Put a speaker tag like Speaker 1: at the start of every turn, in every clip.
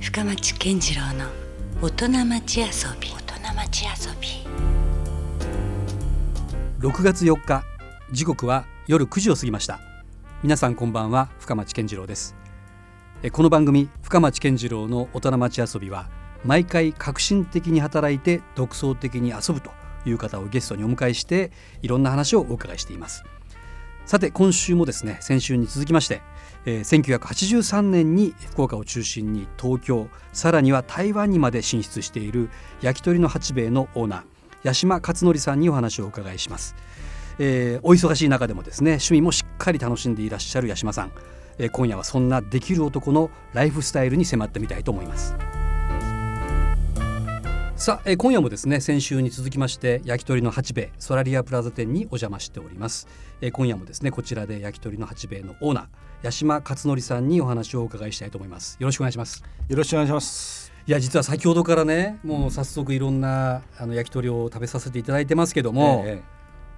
Speaker 1: 深町健次郎の大人町遊び大人町遊び
Speaker 2: 6月4日時刻は夜9時を過ぎました皆さんこんばんは深町健次郎ですえこの番組深町健次郎の大人町遊びは毎回革新的に働いて独創的に遊ぶという方をゲストにお迎えしていろんな話をお伺いしていますさて今週もですね先週に続きまして、えー1983年に福岡を中心に東京さらには台湾にまで進出している焼き鳥の八兵衛のオーナー八島勝則さんにお話をお伺いします、えーお忙しい中でもですね趣味もしっかり楽しんでいらっしゃる八島さん、えー今夜はそんなできる男のライフスタイルに迫ってみたいと思いますさあ、えー今夜もですね先週に続きまして焼き鳥の八兵衛ソラリアプラザ店にお邪魔しております、えー今夜もですねこちらで焼き鳥の八兵衛のオーナー八島勝則さんにお話をお伺いしたいと思いますよろしくお願いします
Speaker 3: よろしくお願いします。
Speaker 2: いや実は先ほどからねもう早速いろんなあの焼き鳥を食べさせていただいてますけども、
Speaker 3: え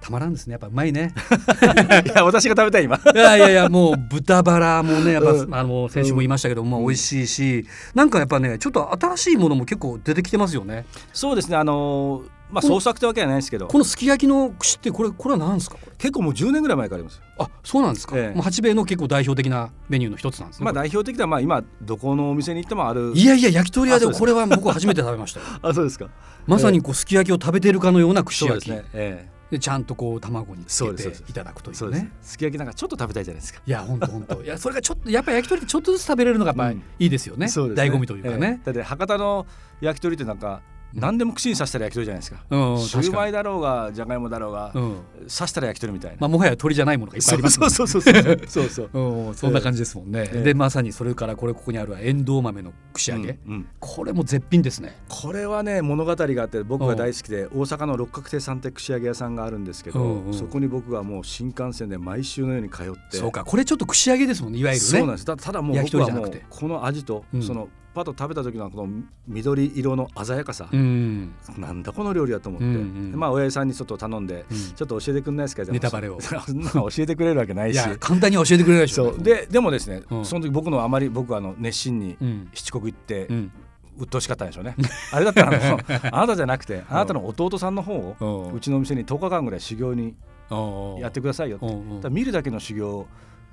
Speaker 2: たまらんですねやっぱうまいね
Speaker 3: えいや、私が食べたい今。
Speaker 2: いやいやいやも う豚バラもねやっぱ、
Speaker 3: うん
Speaker 2: あの先週も言いましたけども、まあ、美味しいしなんかやっぱねちょっと新しいものも結構出てきてますよね
Speaker 3: そうですね、あのーまあ、創作ってわけじゃないですけど。
Speaker 2: このすき焼きの串ってこれこれは何ですかこれ
Speaker 3: 結構もう10年ぐらい前からあります。
Speaker 2: あそうなんですか、
Speaker 3: ええ
Speaker 2: もう八兵衛の結構代表的なメニューの一つなんですね、
Speaker 3: まあ、
Speaker 2: これ
Speaker 3: 代表的な、まあ、今、どこのお店に行ってもある。
Speaker 2: いやいや焼き鳥屋でも
Speaker 3: あ
Speaker 2: こ
Speaker 3: そう
Speaker 2: れは僕は初めて食べました よ
Speaker 3: あ、そうですか。
Speaker 2: まさにこうすき焼きを食べてるかのような串
Speaker 3: そう
Speaker 2: 焼き
Speaker 3: ですね。え
Speaker 2: でちゃんとこう卵につ
Speaker 3: そ
Speaker 2: け
Speaker 3: うですそう
Speaker 2: て
Speaker 3: です
Speaker 2: いただくと
Speaker 3: え
Speaker 2: い
Speaker 3: そう
Speaker 2: う
Speaker 3: です
Speaker 2: ね
Speaker 3: ね。すき焼きなんか、ちょっと食べたいじゃないですか。
Speaker 2: いや本当本当いやそれがちょっとやっぱ焼き鳥ってちょっとずつ食べれるのがやっぱ
Speaker 3: う
Speaker 2: り
Speaker 3: ん
Speaker 2: いいですよね,、
Speaker 3: そうです
Speaker 2: 醍醐味というかね
Speaker 3: え、えだって、博多の焼き鳥って、なんか、何でも串に刺したら焼き鳥じゃないですか。
Speaker 2: うん
Speaker 3: シューマイだろうが、じゃがいもだろうが、
Speaker 2: う
Speaker 3: 刺
Speaker 2: ん
Speaker 3: したら焼き鳥みたいな。
Speaker 2: まあ、もはや鳥じゃないものがいっぱいありますもんね
Speaker 3: そうそうそう そう。そうそう。
Speaker 2: うんそんな感じですもんね、
Speaker 3: ええ
Speaker 2: でまさにそれからこれここにあるエンドウ豆の串揚げ、
Speaker 3: うんうん
Speaker 2: これも絶品ですね
Speaker 3: これはね物語があって僕が大好きで大阪の六角亭三んって串揚げ屋さんがあるんですけど、
Speaker 2: うんうん
Speaker 3: そこに僕がもう新幹線で毎週のように通って
Speaker 2: そうかこれちょっと串揚げですもんねいわゆるね
Speaker 3: そうなんですたただもう
Speaker 2: 焼き
Speaker 3: 僕
Speaker 2: 鳥じ
Speaker 3: は
Speaker 2: ゃな
Speaker 3: も
Speaker 2: く
Speaker 3: う
Speaker 2: て
Speaker 3: この味と、
Speaker 2: うん
Speaker 3: そのパッと食べた時のこの緑色の鮮やかさ
Speaker 2: う、ん、
Speaker 3: なんだこの料理だと思って、
Speaker 2: うんうん
Speaker 3: でまあ親父さんにちょっと頼んで、
Speaker 2: うん
Speaker 3: ちょっと教えてくんないですか
Speaker 2: ネタバレを
Speaker 3: そんなの教えてくれるわけない
Speaker 2: い
Speaker 3: し
Speaker 2: や簡単には教えてくれないでしょ
Speaker 3: そう、ででもですね、
Speaker 2: うん
Speaker 3: その時僕のあまり僕はあの熱心に
Speaker 2: うん
Speaker 3: 七国行って、
Speaker 2: うん
Speaker 3: 鬱陶しかったんでしょうね あれだったらあ のあなたじゃなくてあなたの弟さんの方
Speaker 2: う
Speaker 3: を
Speaker 2: ん
Speaker 3: うちのお店に10日間ぐらい修行に
Speaker 2: ああ
Speaker 3: やってくださいよって
Speaker 2: う
Speaker 3: だか
Speaker 2: んうん
Speaker 3: ら見るだけの修行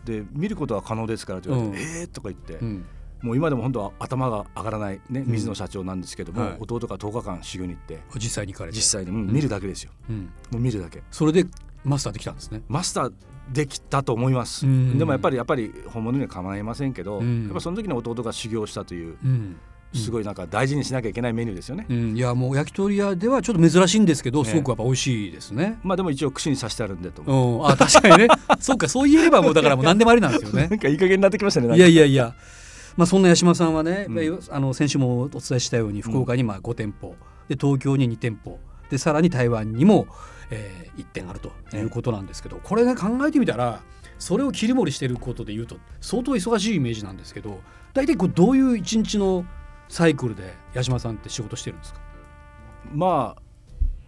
Speaker 3: で見ることは可能ですからって言われて、
Speaker 2: う
Speaker 3: えーとか言って、
Speaker 2: うん
Speaker 3: もう今でも本当は頭が上がらない、ね、水野社長なんですけども、
Speaker 2: うんはい
Speaker 3: 弟が10日間修行に行って
Speaker 2: 実際に行かれて
Speaker 3: 実際にうん見るだけですよ、
Speaker 2: うん、
Speaker 3: もう見るだけ
Speaker 2: それでマスターできたんですね
Speaker 3: マスターできたと思います、
Speaker 2: うん
Speaker 3: でもやっぱりやっぱり本物には構いませんけど、
Speaker 2: うん
Speaker 3: やっぱその時の弟が修行したという
Speaker 2: うん
Speaker 3: すごいなんか大事にしなきゃいけないメニューですよね、
Speaker 2: うん、いやもう焼き鳥屋ではちょっと珍しいんですけど
Speaker 3: ええ
Speaker 2: すごくやっぱ美味しいですね。
Speaker 3: まあでも一応串に刺してあるんでと思っ
Speaker 2: う
Speaker 3: て
Speaker 2: ん、あ確 かにねそうかそう言えばもうだからもう何でもありなんですよね
Speaker 3: な。んかいい加減になってきましたね。なんか
Speaker 2: いやいやいや、まあ、そんな八島さんはね、
Speaker 3: うん
Speaker 2: やっぱりあの先週もお伝えしたように福岡にまあ5店舗で東京に2店舗でさらに台湾にも、え1店あるということなんですけど、これね考えてみたらそれを切り盛りしてることでいうと相当忙しいイメージなんですけど大体こうどういう一日のサイクルで八島さんって仕事してるんですか
Speaker 3: まあ、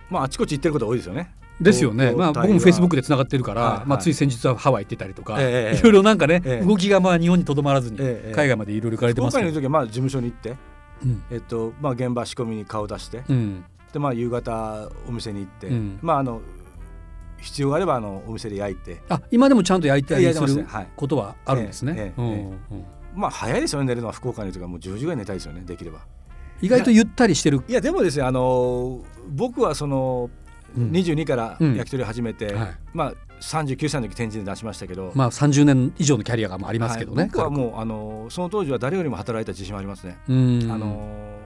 Speaker 3: まあ、あちこち行ってることが多いですよね。
Speaker 2: ですよね、
Speaker 3: 東京
Speaker 2: まあ、僕
Speaker 3: 台
Speaker 2: も
Speaker 3: 湾
Speaker 2: フェイスブックでつながってるから、
Speaker 3: はいはい
Speaker 2: まあ、つい先日はハワイ行ってたりとか、
Speaker 3: ええ
Speaker 2: いろいろなんかね、
Speaker 3: ええ
Speaker 2: 動きがまあ日本にとどまらずに、
Speaker 3: ええ
Speaker 2: 海外までいろいろ行かれて
Speaker 3: 今
Speaker 2: ますけ
Speaker 3: 回
Speaker 2: ど
Speaker 3: の時は、まあ、事務所に行って、
Speaker 2: うん
Speaker 3: えっと、まあ、現場仕込みに顔出して、
Speaker 2: うん
Speaker 3: で、まあ、夕方お店に行って、
Speaker 2: うん
Speaker 3: まあ、あの。必要があれば、あの、お店で焼いて、
Speaker 2: あ今でもちゃんと焼いた
Speaker 3: いや
Speaker 2: り
Speaker 3: 焼
Speaker 2: す
Speaker 3: いてます
Speaker 2: る
Speaker 3: ねはい
Speaker 2: ことはあるんですね
Speaker 3: え。えええええ
Speaker 2: うんうん
Speaker 3: まあ、早いですよね、寝るのは福岡の時は、もう10時ぐらい寝たいですよね、できれば。
Speaker 2: 意外とゆったりしてる。
Speaker 3: いや、でもですね、あの、僕は、その。
Speaker 2: うん
Speaker 3: 22から
Speaker 2: うん
Speaker 3: 焼き鳥を始めて、
Speaker 2: はい
Speaker 3: まあ39歳の時展示で出しましたけど、
Speaker 2: まあ30年以上のキャリアがまあありますけど
Speaker 3: は
Speaker 2: ね
Speaker 3: い。僕はもうあのその当時は誰よりも働いた自信はありますね。
Speaker 2: うん
Speaker 3: あの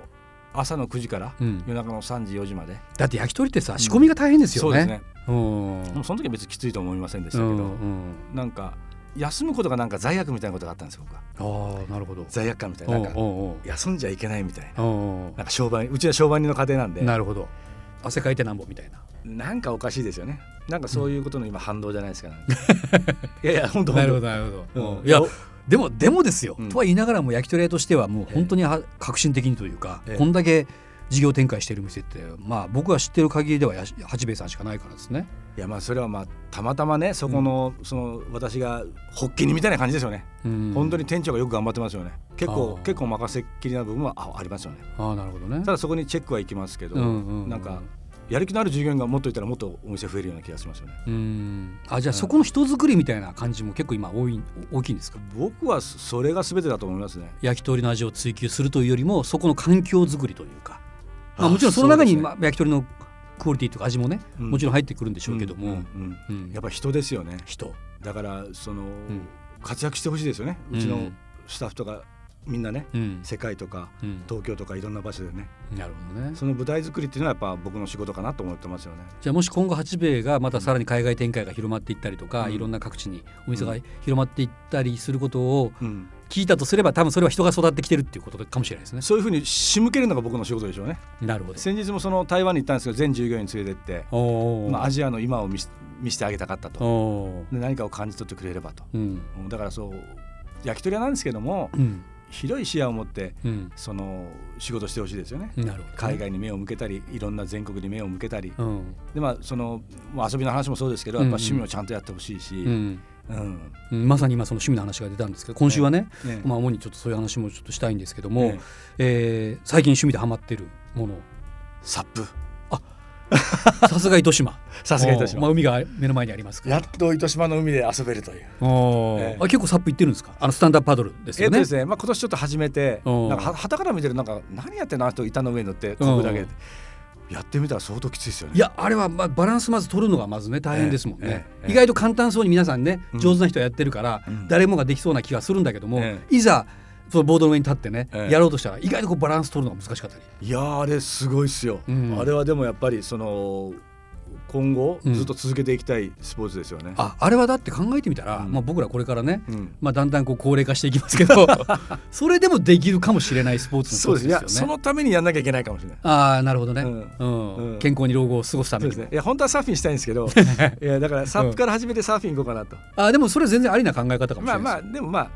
Speaker 3: 朝の9時から
Speaker 2: うん
Speaker 3: 夜中の3時4時まで、
Speaker 2: だって焼き鳥ってさ仕込みが大変です
Speaker 3: そ
Speaker 2: よ
Speaker 3: うです
Speaker 2: ね。
Speaker 3: ね
Speaker 2: うん
Speaker 3: でもその時は別にきついと思いませんでし
Speaker 2: う
Speaker 3: たけど、
Speaker 2: ん
Speaker 3: なんか休むことがなんか罪悪みたいなことがあったんですよ僕は
Speaker 2: ああなるほど。
Speaker 3: 罪悪感みたい
Speaker 2: おう
Speaker 3: ななんか
Speaker 2: おう
Speaker 3: 休んじゃいけないみたいな
Speaker 2: おうおう
Speaker 3: なんか商売うちは商売人の家庭なんでな
Speaker 2: なるほど。汗かいてなんぼみたいな。
Speaker 3: んかおかしいですよねなんかそういうことの今反動じゃないですか,、なんか いやいや本当
Speaker 2: なるほ
Speaker 3: 本
Speaker 2: どなるほど。
Speaker 3: う
Speaker 2: うんんいやでもでもですよ、
Speaker 3: うん
Speaker 2: とは言いながらも焼き鳥屋としてはもう本当には革新的にというか、
Speaker 3: ええ
Speaker 2: こんだけ事業展開している店ってまあ僕が知ってる限りではやし八兵衛さんしかないからですね。
Speaker 3: 当いやまあそれはまあたまたまねそこの、その私が発起人みたいな感じですよね、
Speaker 2: うん
Speaker 3: 本当に店長がよく頑張ってますよね結構
Speaker 2: あー
Speaker 3: 結構任せっきりな部分はあありますよね
Speaker 2: ああなるほどね
Speaker 3: ただそこにチェックはいきますけど、
Speaker 2: うんうんうん
Speaker 3: なんかやる気のある従業員がもっといたらもっとお店増えるような気がしますよね
Speaker 2: うんあじゃあそこの人作りみたいな感じも結構今多い大きいんですか
Speaker 3: 僕はそれが全てだと思いますね
Speaker 2: 焼き鳥の味を追求するというよりもそこの環境づくりというか、まあ、
Speaker 3: あ
Speaker 2: もちろんその中に、
Speaker 3: そうです
Speaker 2: まあ、焼き鳥のクオリティとか味もね、
Speaker 3: うん
Speaker 2: もちろん入ってくるんでしょうけども、
Speaker 3: うん
Speaker 2: うん
Speaker 3: う
Speaker 2: や
Speaker 3: んや
Speaker 2: っ
Speaker 3: っ
Speaker 2: ぱ
Speaker 3: ぱ人ですよね
Speaker 2: 人、
Speaker 3: だからその、
Speaker 2: ん
Speaker 3: 活躍してほしいですよねうち
Speaker 2: う
Speaker 3: の
Speaker 2: ん
Speaker 3: スタッフとかみんなね、
Speaker 2: うん
Speaker 3: 世界とか
Speaker 2: うん
Speaker 3: 東京とかいろんな場所でね
Speaker 2: なるほどね
Speaker 3: その舞台作りっていうのはやっぱ僕の仕事かなと思ってますよね
Speaker 2: じゃあもし今後八兵衛がまたさらに海外展開が広まっていったりとか、
Speaker 3: うん
Speaker 2: いろんな各地にお店が
Speaker 3: うん
Speaker 2: 広まっていったりすることを
Speaker 3: うん、
Speaker 2: 聞いたとすれば多分それは人が育ってきてるっていうことかもしれないですね。
Speaker 3: そういうふうに仕向けるのが僕の仕事でしょうね
Speaker 2: なるほど。
Speaker 3: 先日もその台湾に行ったんですけど全従業員に連れてって、
Speaker 2: おー
Speaker 3: まあ、アジアの今を見せ見せてあげたかったと
Speaker 2: おー
Speaker 3: で何かを感じ取ってくれればと、
Speaker 2: うん
Speaker 3: うんだからそう焼き鳥屋なんですけども
Speaker 2: うん
Speaker 3: 広い視野を持って
Speaker 2: うん
Speaker 3: その仕事してほしいですよね
Speaker 2: なるほどね。
Speaker 3: 海外に目を向けたりいろんな全国に目を向けたり、
Speaker 2: うん
Speaker 3: でまあそのまあ遊びの話もそうですけどやっぱ趣味をちゃんとやってほしいし、
Speaker 2: うん
Speaker 3: うん
Speaker 2: うんまさに今その趣味の話が出たんですけど今週はね、
Speaker 3: ね
Speaker 2: まあ、主にちょっとそういう話もちょっとしたいんですけども、
Speaker 3: え
Speaker 2: えー最近趣味でハマってるも の
Speaker 3: サップ
Speaker 2: さすが糸島
Speaker 3: さすが糸島
Speaker 2: おーまあ、海が目の前にありますから
Speaker 3: っと糸島の海で遊べるという。
Speaker 2: おー
Speaker 3: ええ
Speaker 2: あ結構サップ行ってるんですかあのスタンダップパドルです
Speaker 3: えっ
Speaker 2: よ
Speaker 3: と
Speaker 2: ね。
Speaker 3: ですね、まあ、今年ちょっと始めて、
Speaker 2: うん
Speaker 3: なんかは旗から見てる、なんか、何やってんの、あの人板の上に乗って、こぐだけで。やってみたら相当きついですよね。
Speaker 2: いやあれはまあバランスまず取るのがまずね大変ですもんね、
Speaker 3: ええええ
Speaker 2: 意外と簡単そうに皆さんね
Speaker 3: うん
Speaker 2: 上手な人はやってるから、
Speaker 3: うん
Speaker 2: 誰もができそうな気がするんだけども、
Speaker 3: え
Speaker 2: いざそのボードの上に立ってね、
Speaker 3: ええ
Speaker 2: やろうとしたら意外とこうバランス取るのが難しかったり、
Speaker 3: いやー、あれすごいっすよ。
Speaker 2: うん
Speaker 3: あれはでも、やっぱり、その。今後、
Speaker 2: うん
Speaker 3: ずっと続けていきたいスポーツですよね。
Speaker 2: ああれはだって考えてみたら、
Speaker 3: うん
Speaker 2: まあ、僕らこれからね、
Speaker 3: うん
Speaker 2: まあ、だんだんこう高齢化していきますけ どそれでもできるかもしれないスポーツ
Speaker 3: そう
Speaker 2: の
Speaker 3: で
Speaker 2: 一つ
Speaker 3: す、
Speaker 2: で
Speaker 3: い
Speaker 2: す
Speaker 3: や
Speaker 2: よ、
Speaker 3: そ
Speaker 2: ね。
Speaker 3: のためにやんなきゃいけないかもしれない。
Speaker 2: ああなるほどね、う
Speaker 3: うんうん
Speaker 2: 健康に老後を過ごすた
Speaker 3: そ
Speaker 2: め
Speaker 3: う
Speaker 2: に
Speaker 3: で
Speaker 2: も、
Speaker 3: すね。いや、本当はサーフィンしたいんで すけど。いや、だから、サップから始めて、サーフィン行こうかなと。
Speaker 2: ああでもそれは全然ありな考え方かもしれないです
Speaker 3: まあ、
Speaker 2: よ
Speaker 3: まあ、でも、まあ、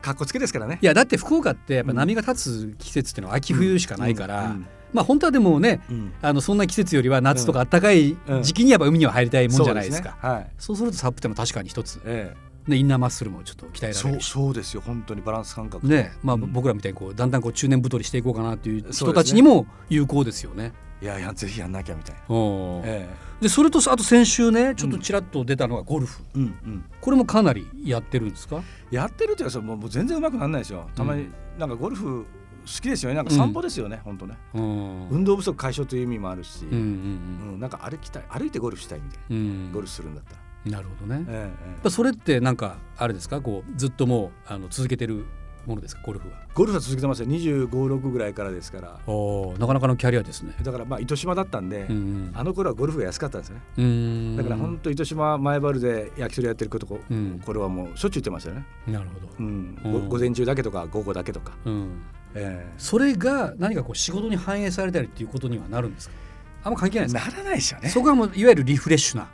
Speaker 3: かっこつけですからね。
Speaker 2: いやだって福岡ってやっぱ波が立つ季節っていうのは秋冬しかないから、
Speaker 3: うんうん
Speaker 2: まあ本当はでもね
Speaker 3: うん
Speaker 2: あのそんな季節よりは夏とか暖かい時期にやっぱ海には入りたいもんじゃないですか、
Speaker 3: そうねはい。
Speaker 2: そうするとサップっても確かに一つ、
Speaker 3: ええ。
Speaker 2: ね、インナーマッスルもちょっと鍛えら
Speaker 3: そ
Speaker 2: れ
Speaker 3: う
Speaker 2: るし
Speaker 3: そうですよ本当にバランス感覚、
Speaker 2: ねまあ、
Speaker 3: うん
Speaker 2: 僕らみたいにこうだんだんこう中年太りしていこうかなという人
Speaker 3: そうで
Speaker 2: た
Speaker 3: すね
Speaker 2: ちにも有効ですよね。
Speaker 3: いやいやぜひやんなきゃみたいな、
Speaker 2: おー
Speaker 3: え
Speaker 2: でそれとあと先週ねちょっとちらっと出たのがゴルフ、
Speaker 3: えうんうん、
Speaker 2: これもかなりやってるんですか
Speaker 3: やってるっていうかもうもう全然うまくならないですよたまになんかゴルフ好きですよねなんか散歩ですよね、本当ね
Speaker 2: うんうん
Speaker 3: 運動不足解消という意味もあるし、
Speaker 2: う
Speaker 3: うん
Speaker 2: ん
Speaker 3: なんか歩きたい歩いてゴルフしたいみたいな、
Speaker 2: うんうん
Speaker 3: ゴルフするんだったら、
Speaker 2: なるほどね。
Speaker 3: ええ
Speaker 2: やっ
Speaker 3: ええ
Speaker 2: ぱそれってなんかあれですかこうずっともうあの続けてるものですかゴルフは
Speaker 3: ゴルフは続けてますよ2 5 6ぐらいからですから
Speaker 2: おーなかなかのキャリアですね
Speaker 3: だからまあ糸島だったんで、
Speaker 2: うん
Speaker 3: あの頃はゴルフが安かったんですね
Speaker 2: うん
Speaker 3: だから本当糸島前原で焼き鳥やってることこ,、
Speaker 2: うん
Speaker 3: これはもうしょっちゅう言ってましたよね、
Speaker 2: なるほど、
Speaker 3: うん
Speaker 2: う
Speaker 3: ご
Speaker 2: ん
Speaker 3: 午前中だけとか午後だけとか、
Speaker 2: うん、
Speaker 3: ええ
Speaker 2: それが何かこう仕事に反映されたりっていうことにはなるんですかあんま関係ないですか
Speaker 3: ならないですよね
Speaker 2: そこはもういわゆるリフレッシュな、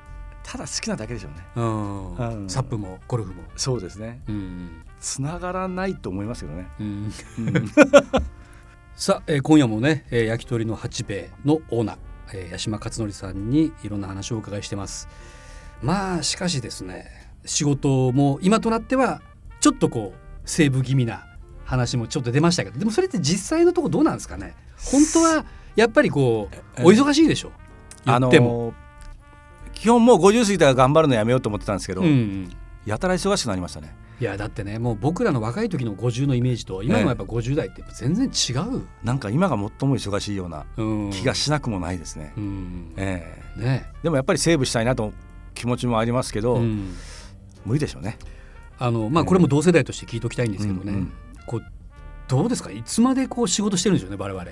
Speaker 3: ただ好きなだけでしょうね
Speaker 2: うん
Speaker 3: うん
Speaker 2: サップもゴルフも
Speaker 3: そうですね
Speaker 2: うん、
Speaker 3: 繋がらないと思いますけどね、
Speaker 2: うん、さあ、えー今夜もね、えー焼き鳥の八兵衛のオーナー、えー八島勝則さんにいろんな話をお伺いしてますまあしかしですね仕事も今となってはちょっとこうセーブ気味な話もちょっと出ましたけどでもそれって実際のとこどうなんですかね本当はやっぱりこうお忙しいでしょ言っても、
Speaker 3: ー基本もう50過ぎたら頑張るのやめようと思ってたんですけど、
Speaker 2: うんうん
Speaker 3: やたら忙しくなりましたね
Speaker 2: いやだってねもう僕らの若い時の50のイメージと今のやっぱ50代って全然違う、
Speaker 3: なんか今が最も忙しいような
Speaker 2: うん、
Speaker 3: 気がしなくもないですね、
Speaker 2: うん
Speaker 3: ええ
Speaker 2: ね
Speaker 3: でもやっぱりセーブしたいなと気持ちもありますけど、
Speaker 2: うん
Speaker 3: 無理でしょうね
Speaker 2: あのまあ、これも同世代として聞いときたいんですけどね、
Speaker 3: うんうん
Speaker 2: こうどうですかいつまでこう仕事してるんでしょうね我々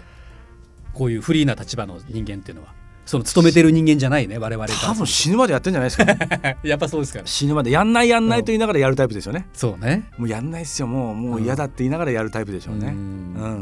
Speaker 2: こういうフリーな立場の人間っていうのはその勤めてる人間じゃないね我々が
Speaker 3: 多分死ぬまでやってんじゃないですか、ね、
Speaker 2: やっぱそうですかね
Speaker 3: 死ぬまでやんないやんないと言いながらやるタイプですよね、
Speaker 2: そうね
Speaker 3: もうやんないですよもうもう嫌だって言いながらやるタイプでしょうね、
Speaker 2: う
Speaker 3: うん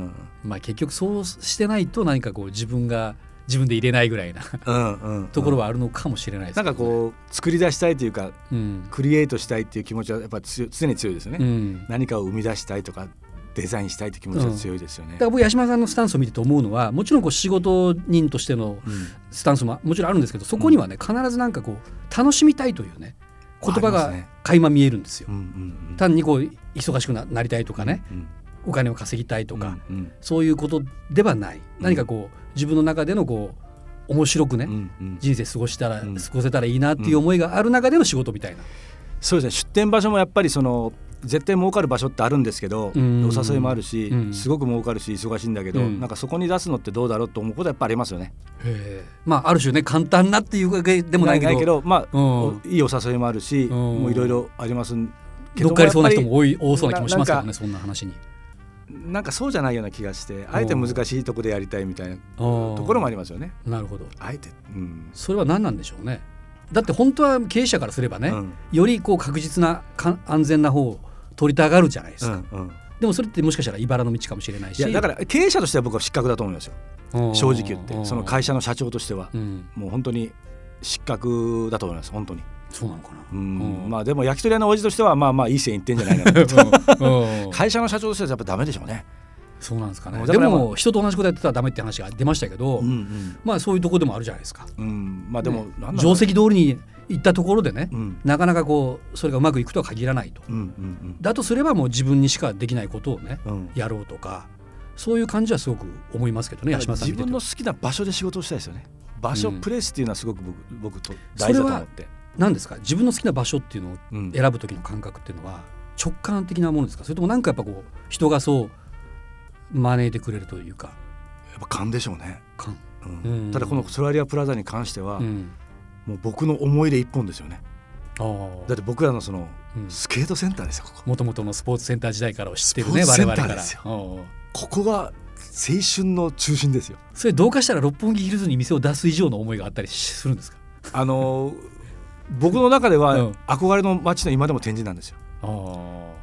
Speaker 3: ん
Speaker 2: まあ結局そうしてないと何かこう自分が自分で入れないぐらいな
Speaker 3: うんうん
Speaker 2: ところはあるのかもしれないです
Speaker 3: なんかこう作り出したいというか
Speaker 2: う、うん
Speaker 3: クリエイトしたいっていう気持ちはやっぱ強い常に強いですよね、
Speaker 2: うん
Speaker 3: 何かを生み出したいとかデザインしたいという気持ちが強いですよね
Speaker 2: だか。ら僕八嶋さんのスタンスを見てて思うのはもちろんこう仕事人としての
Speaker 3: うん
Speaker 2: スタンスももちろんあるんですけどそこにはね必ずなんかこう楽しみたいというね言葉
Speaker 3: あります
Speaker 2: が
Speaker 3: ね
Speaker 2: 垣間見えるんですよ
Speaker 3: う。んうんうん
Speaker 2: 単にこう忙しくななりたいとかね
Speaker 3: うん
Speaker 2: お金を稼ぎたいとか、
Speaker 3: うん
Speaker 2: そういうことではない何かこう自分の中でのこう面白くね、
Speaker 3: うんうん
Speaker 2: 人生過ごしたら、
Speaker 3: うん
Speaker 2: 過ごせたらいいなっていう思いがある中での仕事みたいな、
Speaker 3: そうですね出店場所もやっぱりその絶対儲かる場所ってあるんですけどお
Speaker 2: うん
Speaker 3: 誘いもあるし
Speaker 2: うん
Speaker 3: すごく儲かるし忙しいんだけど
Speaker 2: うん
Speaker 3: なんかそこに出すのってどうだろうと思うことはやっぱありますよね。
Speaker 2: まあある種ね簡単なっていうわけでもないけど
Speaker 3: まあ
Speaker 2: うん
Speaker 3: おいいお誘いもあるし
Speaker 2: ん
Speaker 3: もういろいろありますけ
Speaker 2: どっかりそうな人も
Speaker 3: 多い
Speaker 2: 多い多そうな気もしますけど
Speaker 3: な
Speaker 2: ねそんな話に。
Speaker 3: なんかそうじゃないような気がしてあえて難しいとこでやりたいみたいな
Speaker 2: と
Speaker 3: ところもありますよね。
Speaker 2: なるほど
Speaker 3: あえて、うん
Speaker 2: それは何なんでしょうね。だって本当は経営者からすればね、
Speaker 3: うん
Speaker 2: よりこう確実なか安全な方を取りたがるじゃないです
Speaker 3: う
Speaker 2: か、
Speaker 3: んうん
Speaker 2: でもそれってもしかしたら茨の道かもしれないし
Speaker 3: いやだから経営者としては僕は失格だと思いますよ
Speaker 2: うん
Speaker 3: 正直言ってその会
Speaker 2: 社、
Speaker 3: 社の社長としては
Speaker 2: うん、
Speaker 3: もう本当に失格だと思います本当に
Speaker 2: そうなのかな、
Speaker 3: うん
Speaker 2: うん
Speaker 3: まあでも焼き鳥屋のおじとしてはまあまあいい線いってんじゃないかな
Speaker 2: うん
Speaker 3: 会社の社長としてはやっぱダメでしょうね
Speaker 2: そうなんですかね
Speaker 3: だ
Speaker 2: で
Speaker 3: からまあ
Speaker 2: も人と同じことやってたらダメって話が出ましたけど、
Speaker 3: うん
Speaker 2: まあそういうところでもあるじゃないですか
Speaker 3: うんうんまあでも
Speaker 2: ね
Speaker 3: なんだろ
Speaker 2: 定
Speaker 3: う
Speaker 2: 石通りに行ったところでね、
Speaker 3: うん
Speaker 2: なかなかこうそれがうまくいくとは限らないと
Speaker 3: うんうん
Speaker 2: だとすればもう自分にしかできないことをね
Speaker 3: うんうん
Speaker 2: やろうとかそういう感じはすごく思いますけどね八嶋さん
Speaker 3: 自
Speaker 2: 見てて
Speaker 3: 分の好きな場所で仕事をしたいですよね場所
Speaker 2: うん
Speaker 3: プレイスっていうのはすごく僕僕と大事だと思って
Speaker 2: 何ですか自分の好きな場所っていうのを
Speaker 3: うん
Speaker 2: 選ぶ時の感覚っていうのは直感的なものですかそれともなんかやっぱこう人がそう招いてくれるというか
Speaker 3: やっぱ勘でしょうね
Speaker 2: 感、
Speaker 3: うん
Speaker 2: うん
Speaker 3: ただこのソラリアプラザに関しては
Speaker 2: うん、
Speaker 3: もう僕の思い出一本ですよね
Speaker 2: あー
Speaker 3: だって僕らのその
Speaker 2: うん
Speaker 3: スケートセンターですよここ
Speaker 2: もともとのスポーツセンター時代からを知ってるね
Speaker 3: スポーツ
Speaker 2: 我
Speaker 3: センタ
Speaker 2: 々
Speaker 3: ー
Speaker 2: から
Speaker 3: ですよ
Speaker 2: おうおう
Speaker 3: ここが青春の中心ですよ
Speaker 2: それどうかしたら六本木ヒルズに店を出す以上の思いがあったりしするんですか
Speaker 3: あのー僕の中で
Speaker 2: うん
Speaker 3: は憧れの街の今でも天神なんですよ
Speaker 2: あ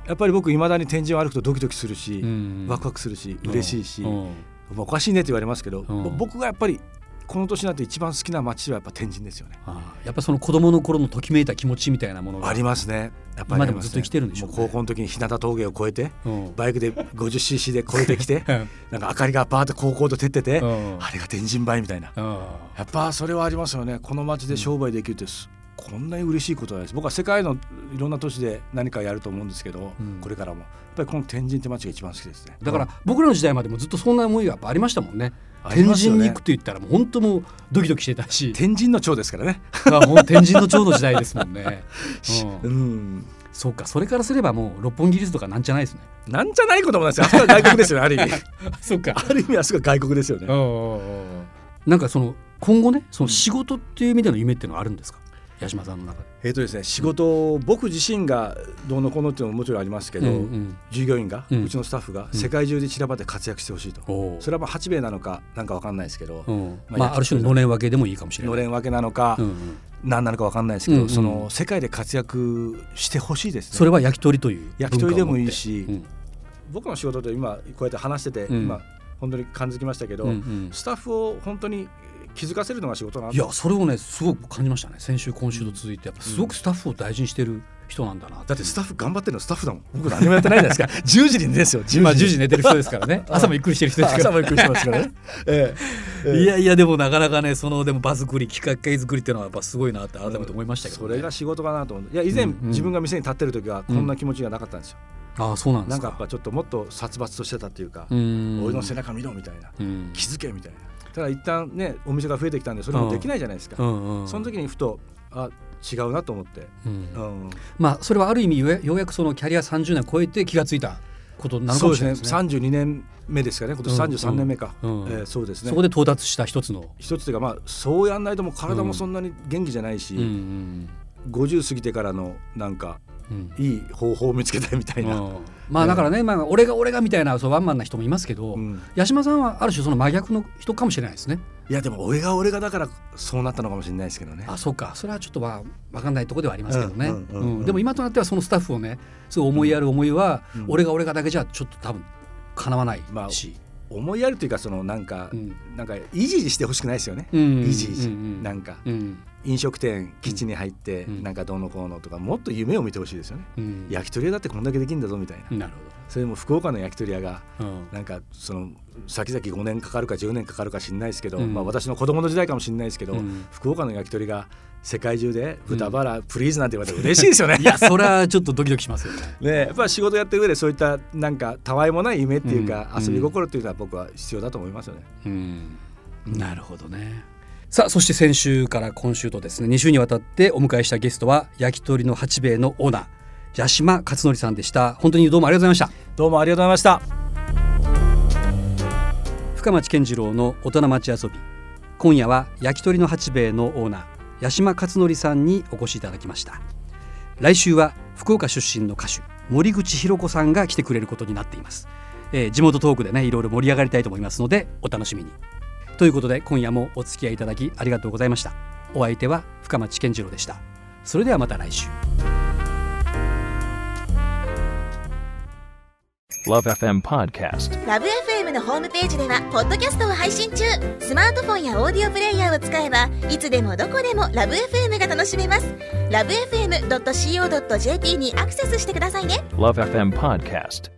Speaker 2: あ、
Speaker 3: やっぱり僕いまだに天神を歩くとドキドキする
Speaker 2: う
Speaker 3: し、
Speaker 2: ん
Speaker 3: ワクワクするし嬉しいし、
Speaker 2: うん
Speaker 3: まあおかしいねって言われますけど、
Speaker 2: ん
Speaker 3: ぼ僕がやっぱりこの年になって一番好きな街はやっぱ天神ですよね
Speaker 2: あーやっぱその子供の頃のときめいた気持ちみたいなものが
Speaker 3: ありますねやっぱり
Speaker 2: 今
Speaker 3: あり
Speaker 2: でも
Speaker 3: ます
Speaker 2: ず
Speaker 3: ね
Speaker 2: っと生きてるんでしょうね
Speaker 3: も高校の時に日向峠を越えて
Speaker 2: うん
Speaker 3: バ イクで 50cc で越えてきて
Speaker 2: うん
Speaker 3: なんか明かりがパーッと高校と照ってて、
Speaker 2: うん
Speaker 3: あれが天神バイみたいな
Speaker 2: あ
Speaker 3: やっぱそれはありますよねこの街で商売できるってすこんなに嬉しいことはないです僕は世界のいろんな都市で何かやると思うんですけど、
Speaker 2: うん
Speaker 3: これからもやっぱりこの天神って街が一番好きですね
Speaker 2: ーだから僕らの時代までもずっとそんな思いがやっぱありましたもんね
Speaker 3: あり
Speaker 2: 天
Speaker 3: ます
Speaker 2: 神
Speaker 3: よね
Speaker 2: に行くって言ったらもう本当もうドキドキしてたし
Speaker 3: 天神の長ですからね、
Speaker 2: ま あもう天神の長の時代ですもん ね、う、
Speaker 3: うんん、
Speaker 2: そうかそれからすればもう六本木ヒルズとかなんじゃないですね
Speaker 3: なんじゃないこともないですよあそこは外国ですよねある意味
Speaker 2: そうか
Speaker 3: ある意味あそこは外国ですよね
Speaker 2: なんかその今後ねその仕事っていう意味での夢っていうのはあるんですか八嶋さんの中で。
Speaker 3: えっとですね仕事を僕自身がどうのこうのっていうのももちろんありますけど、
Speaker 2: うん
Speaker 3: 従業員が、
Speaker 2: う
Speaker 3: うんちのスタッフが
Speaker 2: ん
Speaker 3: 世界中で散らばって活躍してほしいと、
Speaker 2: おー
Speaker 3: それはまあ8名なのかなんかわかんないですけど、
Speaker 2: うん
Speaker 3: まあ
Speaker 2: まあ、ある種ののれん分けでもいいかもしれない。
Speaker 3: のれんわけなのか、
Speaker 2: うんうん
Speaker 3: 何なのかわかんないですけど、
Speaker 2: うんうん
Speaker 3: その世界で活躍してほしいですね。
Speaker 2: それは焼き鳥という
Speaker 3: 焼き鳥でもいいし
Speaker 2: 文化
Speaker 3: 僕の仕事で今こうやって話してて、
Speaker 2: うん
Speaker 3: 今本当に感づきましたけど、
Speaker 2: を持ってうんうんうん
Speaker 3: スタッフを本当に気づかせるのが仕事なん
Speaker 2: いやそれをねすごく感じましたね先週今週と続いてやっぱすごくスタッフを大事にしてる人なんだな
Speaker 3: だってスタッフ頑張ってるのスタッフだもん僕何もやってないじゃないですか10時に寝ですよ10時
Speaker 2: 今10時寝てる人ですからね朝もゆっくりしてる人ですから
Speaker 3: 朝もゆっくりしてます からね、ええええ
Speaker 2: いやいやでもなかなかねそのでも場作りきっかけ作りっていうのはやっぱすごいなって改めて思いましたけど、ね
Speaker 3: それが仕事かなと思っていや以前、
Speaker 2: うんうん
Speaker 3: 自分が店に立ってる時はこんな気持ちがなかったんですよ、
Speaker 2: ああそうなんで
Speaker 3: な
Speaker 2: す
Speaker 3: んか
Speaker 2: か
Speaker 3: やっぱちょっともっと殺伐としてたっていうか、
Speaker 2: うん
Speaker 3: 俺の背中見ろみたいな、
Speaker 2: うん
Speaker 3: 気づけみたいなただ一旦ねお店が増えてきたんでそれもできないじゃないですか、
Speaker 2: うんうん
Speaker 3: その時にふとあ違うなと思って、
Speaker 2: うん
Speaker 3: うん、
Speaker 2: まあそれはある意味ようやようやくそのキャリア30年超えて気がついたことなのか
Speaker 3: そう
Speaker 2: も
Speaker 3: で
Speaker 2: し
Speaker 3: す
Speaker 2: れな
Speaker 3: ね
Speaker 2: いですね。
Speaker 3: 32年目ですかね今年33年目か、
Speaker 2: うんうん
Speaker 3: えーそうですね
Speaker 2: そこで到達した一つの、
Speaker 3: 一つというかまあそうやんないともう体もそんなに元気じゃないし、
Speaker 2: うんうん
Speaker 3: 50過ぎてからのなんか
Speaker 2: うん
Speaker 3: いい方法を見つけたいみたいな、
Speaker 2: うんまあだからね、まあ、俺が俺がみたいなそうワンマンな人もいますけど、
Speaker 3: うん
Speaker 2: 八嶋さんはある種その真逆の人かもしれないですね。
Speaker 3: いやでも俺が俺がだからそうなったのかもしれないですけどね
Speaker 2: あそうかそれはちょっとわ分かんないところではありますけどね、
Speaker 3: うんうんうんうん
Speaker 2: うんでも今となってはそのスタッフをねすごい思いやる思いは、
Speaker 3: うん
Speaker 2: 俺が俺がだけじゃちょっと多分かなわない
Speaker 3: まあ
Speaker 2: し、
Speaker 3: 思いやるというかそのなんか、
Speaker 2: うん
Speaker 3: なんかイジイジしてほしくないですよね、
Speaker 2: うん
Speaker 3: イジイジ、
Speaker 2: うんうん
Speaker 3: なんか、
Speaker 2: うん
Speaker 3: 飲食店基地に入って
Speaker 2: うん
Speaker 3: なんかどうのこうのとかもっと夢を見てほしいですよね、
Speaker 2: うん
Speaker 3: 焼き鳥屋だってこんだけできるんだぞみたいな、
Speaker 2: なる
Speaker 3: それも福岡の焼き鳥屋が
Speaker 2: ほど、うん
Speaker 3: なんかその先々5年かかるか10年かかるか知んないですけど、
Speaker 2: うん
Speaker 3: まあ、私の子供の時代かもしんないですけど、
Speaker 2: うん
Speaker 3: 福岡の焼き鳥が世界中で豚バ ラ、プリーズなんて言われて嬉しいですよね。
Speaker 2: いやそれはちょっとドキドキしますよね。
Speaker 3: ねえやっぱり仕事やってる上でそういったなんかたわいもない夢っていうか、
Speaker 2: うん
Speaker 3: 遊び心っていうのは僕は必要だと思いますよね。
Speaker 2: うん、なるほどね。さあそして先週から今週とですね2週にわたってお迎えしたゲストは焼き鳥の八兵衛のオーナー八島勝則さんでした本当にどうもありがとうございまし
Speaker 3: どうもありがとうございました。
Speaker 2: た深町健次郎の大人町遊び今夜は焼き鳥の八兵衛のオーナー八島勝則さんにお越しいただきました来週は福岡出身の歌手森口博子さんが来てくれることになっています、えー地元トークでねいろいろ盛り上がりたいと思いますのでお楽しみにということで今夜もお付き合いいただきありがとうございましたお相手は深町健次郎でしたそれではまた来週
Speaker 4: Love FM Podcast.
Speaker 5: ラブ f m のホームページではポッドキャストを配信中スマートフォンやオーディオプレイヤーを使えばいつでもどこでもラブ f m が楽しめますラブ FM.co.jp にアクセスしてくださいね
Speaker 4: Love FM Podcast.